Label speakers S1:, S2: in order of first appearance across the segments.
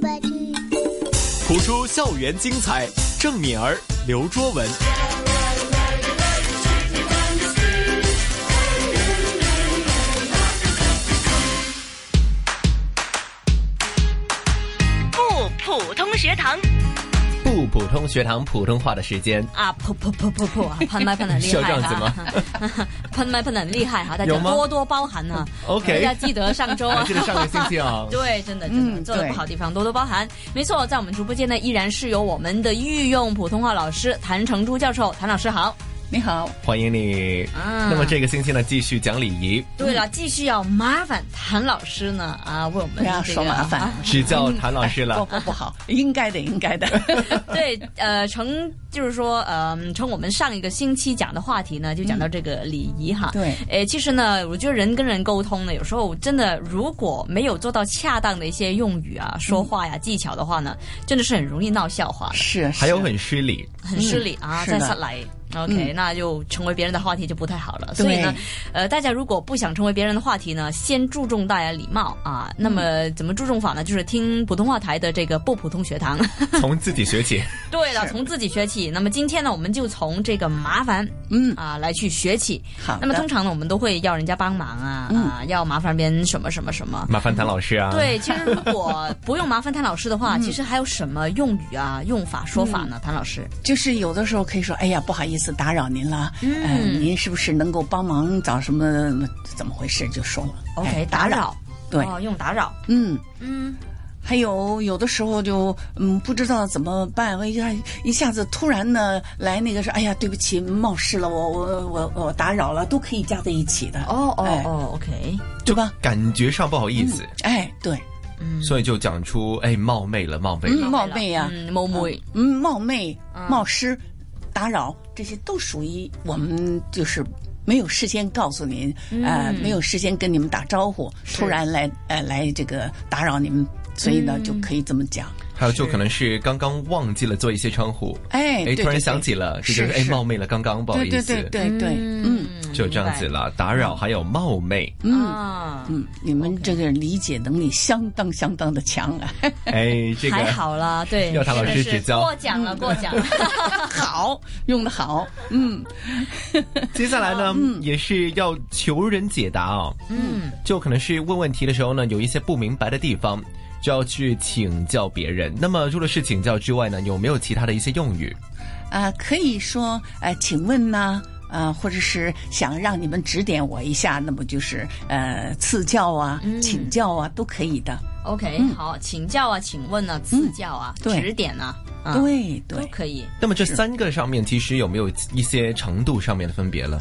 S1: 吧去。
S2: 谱出校园精彩，郑敏儿、刘卓文。
S3: 不普通学堂
S4: 不普通学堂普通话的时间，
S5: 啊，噗噗噗噗噗啊，喷麦喷得很厉
S4: 是要这
S5: 害
S4: 样子
S5: 哈， 喷麦喷得很厉害啊哈，大家
S4: 有吗
S5: 多多包涵啊。
S4: OK
S5: 大家记得上周
S6: 哦
S4: 还
S5: 啊。
S4: 记。得上个星期 啊
S5: 对，真的真的
S6: 嗯
S5: 做的不
S6: 对
S5: 好地方多多包
S4: 嗯
S5: 涵。没错，在我们直播间呢，依然是由我们的御用普通话老师谭成珠教授，谭老师好。
S6: 你好，
S4: 欢迎你。
S6: 嗯
S5: 啊
S4: 那么这个星期呢，继续讲礼仪，
S5: 对了，继续要麻烦谭老师呢啊，为我们
S6: 不要
S5: 这
S6: 说
S5: 个
S6: 麻烦
S5: 啊
S4: 只叫谭老师
S6: 不
S4: 了。
S6: 不不好，应该的，应该的。
S5: 对，呃，成就是说，呃，从我们上一个星期讲的话题呢，就讲到这个礼 仪哈。
S6: 对
S5: 呃，其实呢，我觉得人跟人沟通呢，有时候真的如果没有做到恰当的一些用语啊、说话呀、技巧的话呢，真的是很容易闹笑话，
S6: 是，是
S4: 还有很失礼，
S5: 很失礼啊，
S6: 是
S5: 再
S6: 的
S5: 上来。OK，、那就成为别人的话题就不太好了。所以呢
S6: 对，
S5: 呃，大家如果不想成为别人的话题呢，先注重大家礼貌啊。那么怎么注重法呢？就是听普通话台的这个不普通学堂。
S4: 从自己学 起。
S5: 对了，
S6: 是
S5: 从自己学起。那么今天呢，我们就从这个麻烦
S6: 嗯，
S5: 啊、来去学起。
S6: 好的。
S5: 那么通常呢，我们都会要人家帮忙啊，
S6: 嗯
S5: 啊，要麻烦别人什么什么什么。
S4: 麻烦谭老师啊。，
S5: 对，其实如果不用麻烦谭老师的
S6: 嗯
S5: 话，其实还有什么用语啊、用法、说法呢？谭老师，
S6: 就是有的时候可以说，哎呀，不好意思打扰您了，嗯、您是不是能够帮忙找什么怎么回事就说了
S5: OK，
S6: 哎
S5: 打扰，
S6: 对，
S5: 哦，用打扰，
S6: 嗯。
S5: 嗯，
S6: 还有有的时候就嗯不知道怎么办，哎呀一下子突然呢来那个是哎呀对不起冒失了我我我我打扰了都可以加在一起的
S5: 哦哦
S6: 哎
S5: 哦，OK，
S6: 对吧？
S4: 感觉上不好意思，
S6: 哎对
S5: 嗯，
S4: 所以就讲出哎冒昧了，冒昧了。
S6: 嗯冒昧呀、
S5: 嗯，冒昧，
S6: 嗯，冒昧
S5: 嗯、
S6: 冒失、打扰，这些都属于我们就是没有事先告诉您，呃，没有事先跟你们打招呼，
S5: 嗯是
S6: 突然来呃来这个打扰你们，所以呢、
S5: 嗯
S6: 就可以这么讲。
S4: 还有就可能是刚刚忘记了做一些称呼，
S6: 哎，
S4: 哎
S6: 对，
S4: 突然想起了，这就是
S6: 是
S4: 哎
S6: 是
S4: 冒昧了，刚刚不好
S6: 对
S4: 意
S6: 对
S4: 思
S6: 对，对对，嗯
S4: 就这样子了。打扰还有冒昧，
S5: 明白，
S6: 嗯。
S5: 啊，
S6: 嗯，你们这个理解能力相当相当的强啊！
S4: 哎，这个
S5: 还好啦，对，
S4: 要谭老师
S5: 真的是
S4: 指教
S5: 过奖
S6: 嗯
S5: 了，过 奖了。
S6: 好，用的好，嗯，
S4: 接下来呢，也是要求人解答啊、
S5: 嗯，
S4: 就可能是问问题的时候呢，有一些不明白的地方，就要去请教别人。那么除了是请教之外呢，有没有其他的一些用语？
S6: 啊、可以说，呃，请问呢，啊、或者是想让你们指点我一下，那么就是呃，赐教啊、
S5: 嗯
S6: 请教啊，都可以的。
S5: OK，、好，请教啊，请问啊，赐教啊，
S6: 嗯对
S5: 指点啊，啊
S6: 对
S5: 都
S6: 对，
S5: 可以。
S4: 那么这三个上面其实有没有一些程度上面的分别了？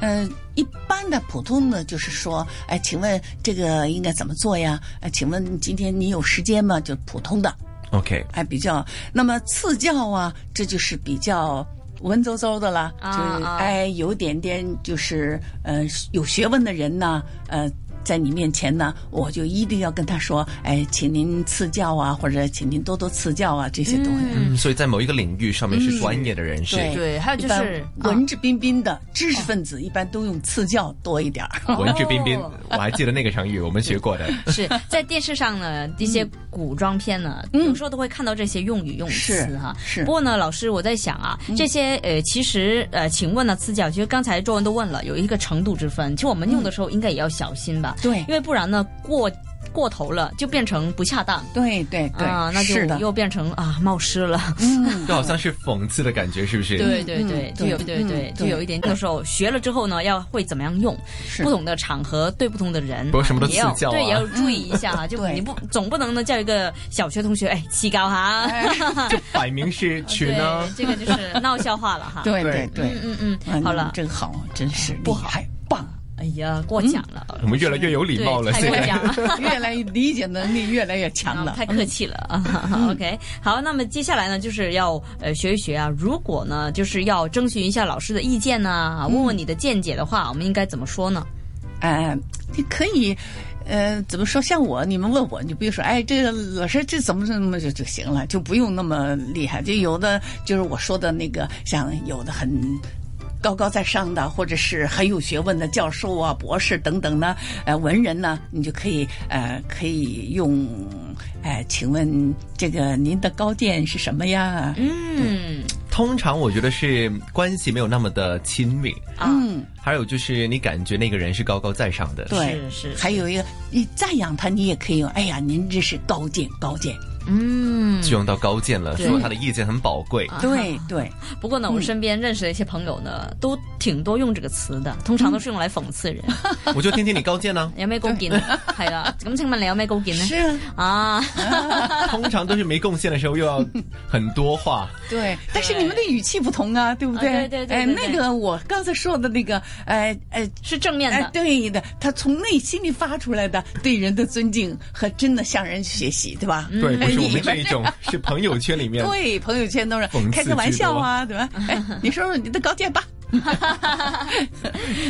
S6: 呃，一般的普通的就是说，哎、请问这个应该怎么做呀？哎、请问今天你有时间吗？就普通的，
S4: OK，
S6: 哎，比较那么赐教啊，这就是比较文绉绉的了，
S5: 啊
S6: 就是
S5: 啊
S6: 哎，有点点就是呃有学问的人呢，呃。在你面前呢，我就一定要跟他说，哎，请您赐教啊，或者请您多多赐教啊，这些东西。
S4: 嗯，所以在某一个领域上面是专业的人士，
S6: 对
S5: 对，还有
S6: 一
S5: 就
S6: 般
S5: 是啊
S6: 文质彬彬的知识分子，一般都用赐教多一点儿。
S4: 文质彬彬
S5: 哦，
S4: 我还记得那个成语，我们学过 的。
S5: 啊是在电视上呢，一些
S6: 嗯
S5: 古装片呢，有时候都会看到这些用语用词
S6: 是
S5: 嗯哈。
S6: 嗯是嗯
S5: 不过呢，老师我在想啊，这些呃，其实呃，请问呢，赐教，其实刚才卓文都问了，有一个程度之分，其实我们用的时候应该也要小心吧，
S6: 嗯对
S5: 因为不然呢，过过头了就变成不恰当。
S6: 对对对，
S5: 啊，那就是
S6: 的，
S5: 又变成啊冒失了。
S4: 就好像是讽刺的感觉，是不是？
S5: 对对对，
S6: 嗯
S5: 就有
S6: 对
S5: 对对，
S6: 嗯
S5: 就有一点。有时候学了之后呢，要会怎么样用，
S6: 是
S5: 不同的场合对不同的人，
S4: 不是什么都
S5: 也要
S4: 赐教啊
S5: 对，也要注意一下 啊。就
S6: 对
S5: 你不总不能呢叫一个小学同学哎起高哈，
S4: 就摆明是群
S5: 对
S4: 啊，，
S5: 这个就是闹笑话了哈。，
S6: 对
S4: 对
S6: 对对，
S5: 嗯嗯嗯，
S6: 嗯
S5: 好了，啊
S6: 真好，真是
S5: 不
S6: 厉
S5: 好
S6: 害，棒。
S5: 哎呀，过奖了，
S4: 我们越来越有嗯礼
S5: 对
S4: 貌了。
S5: 太
S4: 现
S5: 过
S4: 在
S5: 奖 了。
S6: 越来越理解能力越来越强
S5: 啊
S6: 了嗯
S5: 太。客气了啊。OK，好， 那么接下来呢，就是要呃学一学啊，如果呢就是要征询一下老师的意见呐、问问你的见解的话，我们应该怎么说呢？
S6: 哎，你可以，呃，怎么说？像我，你们问我，你不用说，哎，这个老师这怎么怎么就就行了，就不用那么厉害。就有的就是我说的那个，像有的很高高在上的，或者是很有学问的教授啊、博士等等呢，呃，文人呢，你就可以呃可以用，哎，请问这个您的高见是什么呀？
S5: 嗯
S4: 通常我觉得是关系没有那么的亲密，
S5: 啊，
S6: 嗯
S4: 还有就是你感觉那个人是高高在上的，
S6: 对
S5: 是是，
S6: 还有一个，你赞扬他，你也可以用。哎呀，您这是高见，高见。
S5: 嗯
S4: 就。用到高见了，
S5: 对
S4: 说他的意见很宝贵。
S5: 啊
S6: 对对，
S5: 不过
S6: 嗯
S5: 呢，我身边认识的一些朋友呢，都挺多用这个词的，通常都是用来讽刺人。
S6: 嗯
S4: 我就听听你高见 呢、
S5: 有咩高见？系啦，咁请问你有咩高见呢？
S6: 啊，
S5: 啊，
S4: 通常都是没贡献的时候又要很多话，
S6: 对。但是你们的语气不同啊，对不
S5: 啊对
S6: 对？
S5: 对对
S6: 哎，
S5: 对对
S6: 那个我刚才说的那个，哎哎。
S5: 是正面
S6: 哎
S5: 的，，
S6: 对的，他从内心里发出来的对人的尊敬和真的向人学习，对吧？
S5: 嗯
S4: 对，不是我
S6: 哎
S4: 们这一 种，是朋友圈里面。
S6: 对，朋友圈都是
S4: 讽刺
S6: 开个玩笑啊，对吧？哎， 你说说你的高见吧。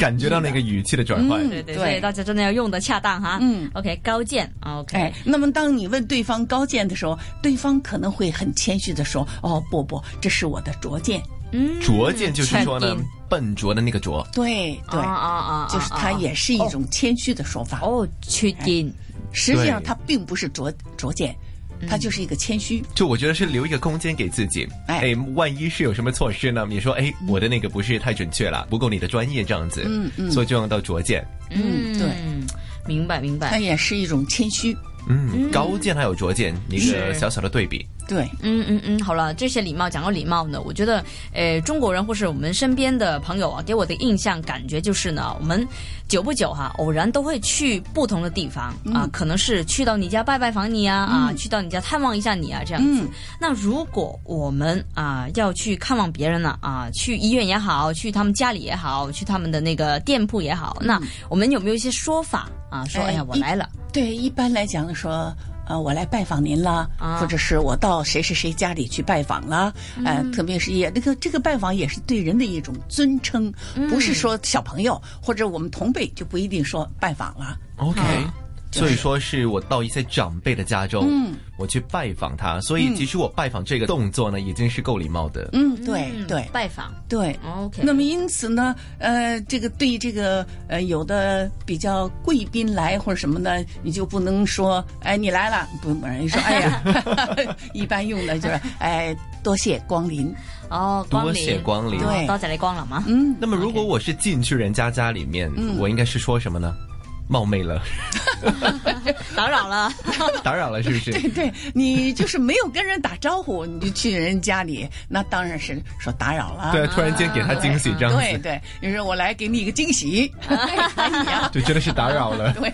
S4: 感觉到那个语气的转换。
S6: 嗯
S5: 对对，
S6: 对
S5: 所以大家真的要用的恰当哈。
S6: 嗯
S5: ，OK，高见，OK，啊
S6: 哎，那么当你问对方高见的时候，对方可能会很谦虚的说：“哦，不不，这是我的拙见。
S5: 嗯，
S4: 拙见就是说
S6: 嗯
S4: 呢
S5: 肯定，
S4: 笨拙的那个拙。
S6: 对”对
S5: 啊啊啊啊，
S6: 就是它也是一种谦虚的说法。
S5: 哦，缺点，
S6: 实际上
S4: 对
S6: 它并不是拙拙见，它就是一个谦虚。
S4: 就我觉得是留一个空间给自己，
S6: 哎
S4: 哎，万一是有什么错失呢？你说，哎，我的那个不是太准确了，不够你的专业这样子，
S6: 嗯嗯
S4: 所以就用到拙见，
S6: 嗯对，
S5: 明白明
S6: 它
S5: 白，
S6: 也是一种谦虚。
S4: 嗯，高见还有拙见，一个
S5: 是
S4: 小小的对比，
S6: 对，
S5: 嗯嗯嗯，好了，这些礼貌讲到礼貌呢，我觉得，呃，中国人或是我们身边的朋友啊，给我的印象感觉就是呢，我们久不久哈、偶然都会去不同的地方、
S6: 嗯
S5: 啊，可能是去到你家拜拜访你啊，啊，去到你家探望一下你啊，这样子。
S6: 嗯
S5: 那如果我们啊要去看望别人呢啊，去医院也好，去他们家里也好，去他们的那个店铺也好，那我们有没有一些说法啊？说哎
S6: 嗯哎
S5: 呀，我
S6: 一
S5: 来了，
S6: 对，一般来讲说，呃，我来拜访您啦，
S5: 啊嗯
S6: 或者是我到谁谁谁家里去拜访啦，呃，特别是也那个这个拜访也是对人的一种尊称，不
S5: 嗯
S6: 是说小朋友或者我们同辈就不一定说拜访了。
S4: OK，、所以说是我到一些长辈的家中，
S6: 嗯
S4: 我去拜访他，所以其实我拜访这个动作呢，已经是够礼貌的。
S6: 嗯，对
S5: 嗯
S6: 对
S5: 拜访哦
S6: 对。
S5: ，OK，
S6: 那么因此呢，呃，这个对这个呃有的比较贵宾来或者什么的，你就不能说哎你来了，不不然说哎呀， 一般用的就是哎多谢光临，
S5: 哦，
S4: 多谢光临
S5: 哦
S6: 对
S5: 多谢你光临嘛。
S6: 嗯。
S4: 那么如果我是进去人家家里面，我应该是说什么呢？冒昧 了，
S5: 打扰了，
S4: 打扰了，是不是？
S6: 对对，你就是没有跟人打招呼，你就去人家里，那当然是说打扰了。
S4: 对啊，突然间给他惊喜这样
S6: 对
S4: 子，
S6: 对，你说我来给你一个 惊喜，可以啊。
S4: 就真的是打扰了。
S6: 对，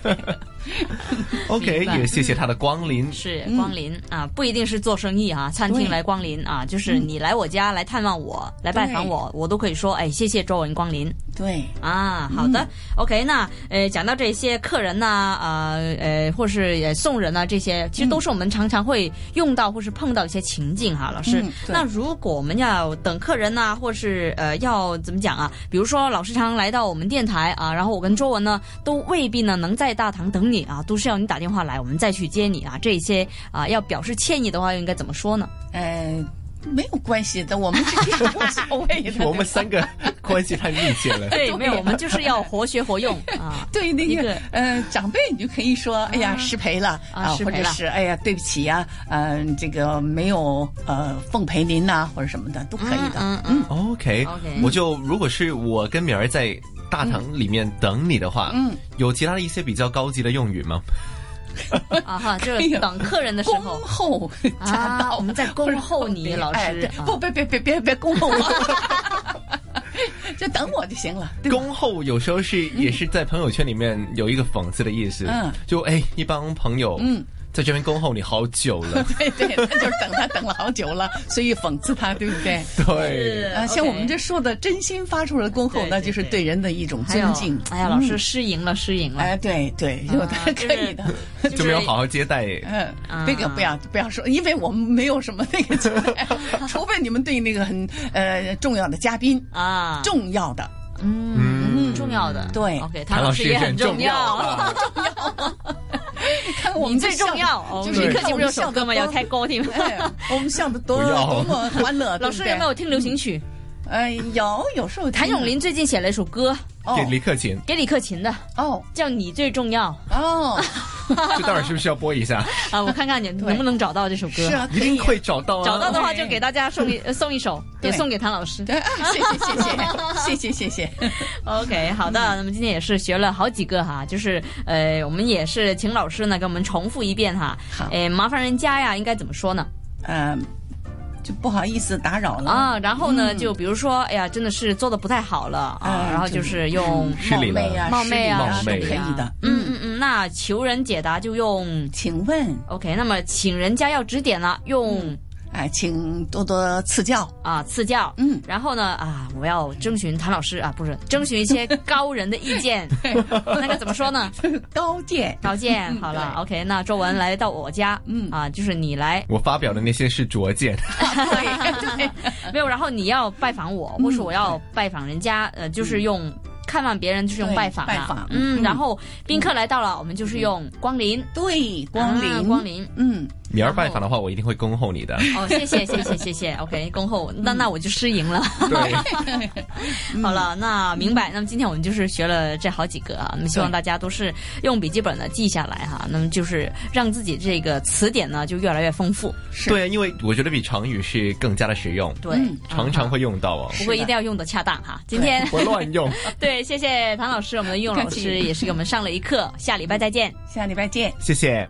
S4: OK，
S5: 明白
S4: 也谢谢他的光 临。
S5: 是光临、啊，不一定是做生意啊，餐厅
S6: 对
S5: 来光临啊，就是你来我家来探望我，来拜访我，我都可以说，哎，谢谢周文光临
S6: 对，
S5: 啊。好的、o k 那呃，讲到这些客人呐、啊，呃呃，或是呃送人啊，这些其实都是我们常常会用到或是碰到一些情境哈、老师、
S6: 嗯对
S5: 那如果我们要等客人呐、或是呃要怎么讲啊？比如说老师常常来到我们电台啊，然后我跟周文呢都未必呢能在大堂等你啊，都是要你打电话来，我们再去接你啊。这些啊要表示歉意的话，又应该怎么说呢？
S6: 呃，没有关系的，我们这个是无所谓 的。
S4: 我们三个关系太密切了。
S5: 对，没有，我们就是要活学活用 啊。
S6: 对那
S5: 一
S6: 个
S5: 个
S6: 呃长辈，你就可以说，哎呀失陪了
S5: 啊失
S6: 或
S5: 陪
S6: 者
S5: 了
S6: 是哎呀对不起呀，嗯，这个没有呃奉陪您呐，或者什么的都可以的。
S5: 嗯嗯
S4: OK，
S5: OK
S4: 我就如果是我跟敏儿在大堂里面等你的话，
S6: 嗯，
S4: 有其他的一些比较高级的用语吗？
S5: 嗯啊哈，就是等客人的时
S6: 恭
S5: 候。
S6: 候驾
S5: 啊
S6: 到，
S5: 我们在恭候你老师
S6: 哎对
S5: 啊
S6: 不别别别别别恭候 我，就等我就行了， 对吧？
S4: 恭候有时候是也是在朋友圈里面有一个讽刺的意思，
S6: 嗯
S4: 就哎一帮朋友，
S6: 嗯，，
S4: 在这边恭候你好久了
S6: 对对，那就是等他等了好久了，所以讽刺他，对不 对？
S4: 对，
S6: 啊，像我们这说的真心发出了恭候，
S5: 呃对
S6: 那就是
S5: 对对
S6: 对人的一种
S5: 还有
S6: 尊敬。
S5: 哎呀，老师
S6: 嗯，
S5: 失赢了，失赢了，
S6: 哎，对对，有的
S5: 啊
S6: 可以的。
S5: 就是
S4: 就没有好好接待。
S6: 嗯
S5: 啊，
S6: 这个不要不要说，因为我们没有什么那个期待， 除非你们对那个很呃重要的嘉宾，
S5: 啊，
S6: 重要的
S5: 嗯，重要的，
S6: 对
S5: ，OK，
S4: 谭老
S5: 老
S4: 师
S5: 也
S4: 也
S5: 很
S4: 很重要啊
S5: 要。
S6: 看我
S5: 我们
S6: 们
S5: 最
S6: 这
S5: 重
S6: 笑
S5: 要，哦
S6: 就
S5: 我
S6: 是
S5: 们立刻
S6: 看
S5: 就不
S6: 我
S5: 是
S6: 们
S5: 有首
S6: 笑
S5: 歌
S6: 得
S5: 吗？
S6: 多
S5: 要开高听。
S6: 哎，我们笑得多
S4: 不要
S6: 多么欢乐，
S5: 老师有没有听流行曲？
S6: 哎，有有时候
S5: 谭咏
S6: 听
S5: 麟最近写了一首歌
S6: 哦
S4: 给李克勤，
S5: 给李克勤的，
S6: 哦
S5: 叫《你最重要》
S6: 哦，
S4: 这待会儿是不是要播一 下？
S5: 啊，我看看你能不能找到这首歌。
S6: 是啊，
S4: 一定
S6: 可以
S4: 会找到啊！
S5: 找到的话就给大家送一呃送一首，也
S6: 对
S5: 送给谭老师。
S6: 对啊，谢谢谢谢谢谢谢谢，
S5: OK，好的，那么今天也是学了好几个哈，就是呃，我们也是请老师呢给我们重复一遍哈。
S6: 好
S5: 呃，麻烦人家呀，应该怎么说呢？
S6: 嗯，就不好意思打扰了
S5: 啊，然后呢，就比如说，哎呀，真的是做的不太好了啊
S6: 哎，
S5: 然后就是用，
S4: 失
S6: 冒
S4: 礼了
S6: 昧啊，
S5: 冒昧啊
S6: 失礼啊都可以的。
S5: 嗯嗯嗯，那求人解答就用
S6: 请问，
S5: OK，那么请人家要指点了，用
S6: 哎，请多多赐教。
S5: 啊赐教，
S6: 嗯
S5: 然后呢啊，我要征询谭老师啊，不是征询一些高人的意见，那该怎么说呢？
S6: 高见，
S5: 条件好了，OK，那周文来到我家，
S6: 嗯
S5: 啊，就是你来，
S4: 我发表的那些是拙见，
S6: 对
S5: 没有，然后你要拜访我，
S6: 嗯
S5: 或是我要拜访人家，呃，就是用。看望别人就是用
S6: 对
S5: 拜访啊，
S6: 拜访
S5: 嗯，
S6: 嗯
S5: 然后宾客来到了，我们就是用光临，
S6: 对，光
S5: 啊
S6: 临
S5: 光，临。
S6: 嗯，
S4: 你要是拜访的话，我一定会恭候你 的。
S5: 哦，谢谢谢谢谢谢，OK，恭 候，那
S6: 嗯
S5: 那我就失赢了。
S4: 对，
S5: 好了，那明白。那么今天我们就是学了这好几个啊，那么希望
S6: 对
S5: 大家都是用笔记本呢记下来哈，那么就是让自己这个词典呢就越来越丰富。
S6: 是
S4: 对，因为我觉得比常语是更加的实用，
S5: 对，
S6: 嗯
S5: 啊
S4: 常常会用到哦。
S5: 不过一定要用的恰当哈。今天
S4: 我乱用。
S5: 对，谢谢谭老师，我们的应用老
S6: 不客
S5: 师
S6: 气
S5: 也是给我们上了一课，下礼拜再见。
S6: 下礼拜见。
S4: 谢谢。